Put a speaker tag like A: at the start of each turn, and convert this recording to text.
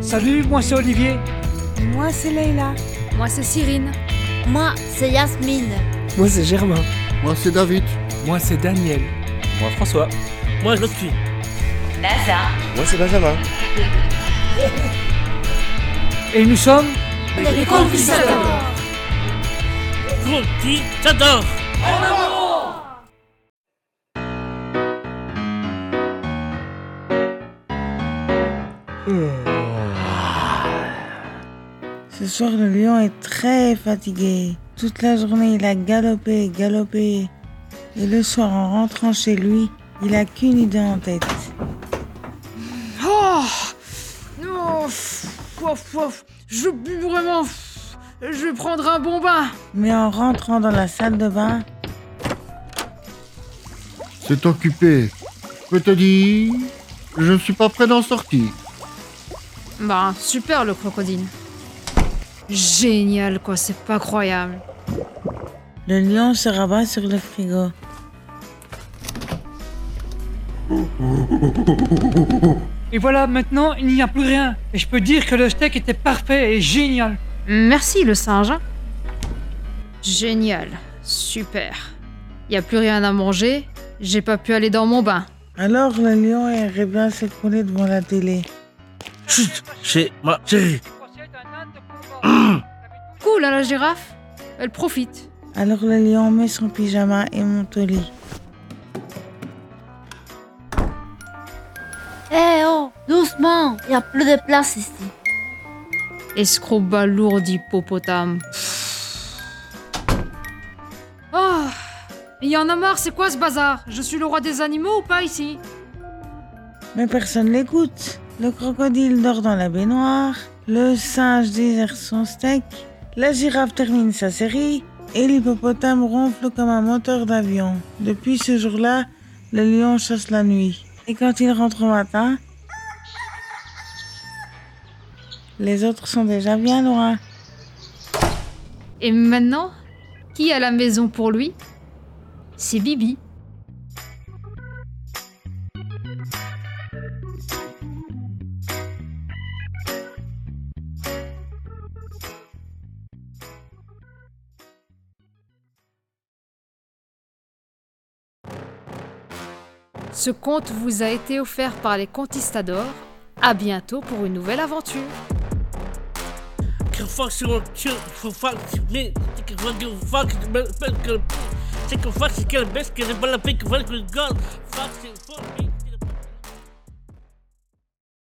A: Salut, moi c'est Olivier.
B: Moi, c'est Leïla.
C: Moi, c'est Cyrine.
D: Moi, c'est Yasmine.
E: Moi, c'est Germain.
F: Moi, c'est David.
G: Moi, c'est Daniel.
H: Moi, François.
I: Moi, je suis.
J: NASA.
K: Moi, c'est Benjamin.
A: Et nous sommes.
L: Les, les conquistadors.
I: Conquistadors.
L: En avant
B: Ce soir, le lion est très fatigué. Toute la journée, il a galopé, galopé. Et le soir, en rentrant chez lui, il a qu'une idée en tête.
M: Oh Non oh, Je pue vraiment Je vais prendre un bon bain
B: Mais en rentrant dans la salle de bain...
F: C'est occupé. Je peux te dire... Je ne suis pas prêt d'en sortir.
C: Bah, super le crocodile. Génial quoi, c'est pas croyable.
B: Le lion se rabat sur le frigo.
A: Et voilà, maintenant il n'y a plus rien. Et je peux dire que le steak était parfait et génial.
C: Merci le singe. hein. Génial, super. Y a plus rien à manger, j'ai pas pu aller dans mon bain.
B: Alors le lion est bien se couler devant la télé.
I: Chut, chez ma chérie.
C: Cool, hein, la girafe Elle profite.
B: Alors le lion met son pyjama et monte au lit.
D: Eh hey, oh, doucement, il y a plus de place ici.
C: Escroc balourd d'hippopotame. Oh, il y en a marre, c'est quoi ce bazar Je suis le roi des animaux ou pas ici
B: Mais personne l'écoute. Le crocodile dort dans la baignoire, le singe désert son steak, la girafe termine sa série et l'hippopotame ronfle comme un moteur d'avion. Depuis ce jour-là, le lion chasse la nuit. Et quand il rentre au matin, les autres sont déjà bien loin.
C: Et maintenant, qui a la maison pour lui C'est Bibi. Ce conte vous a été offert par les Conquistadors. À bientôt pour une nouvelle aventure.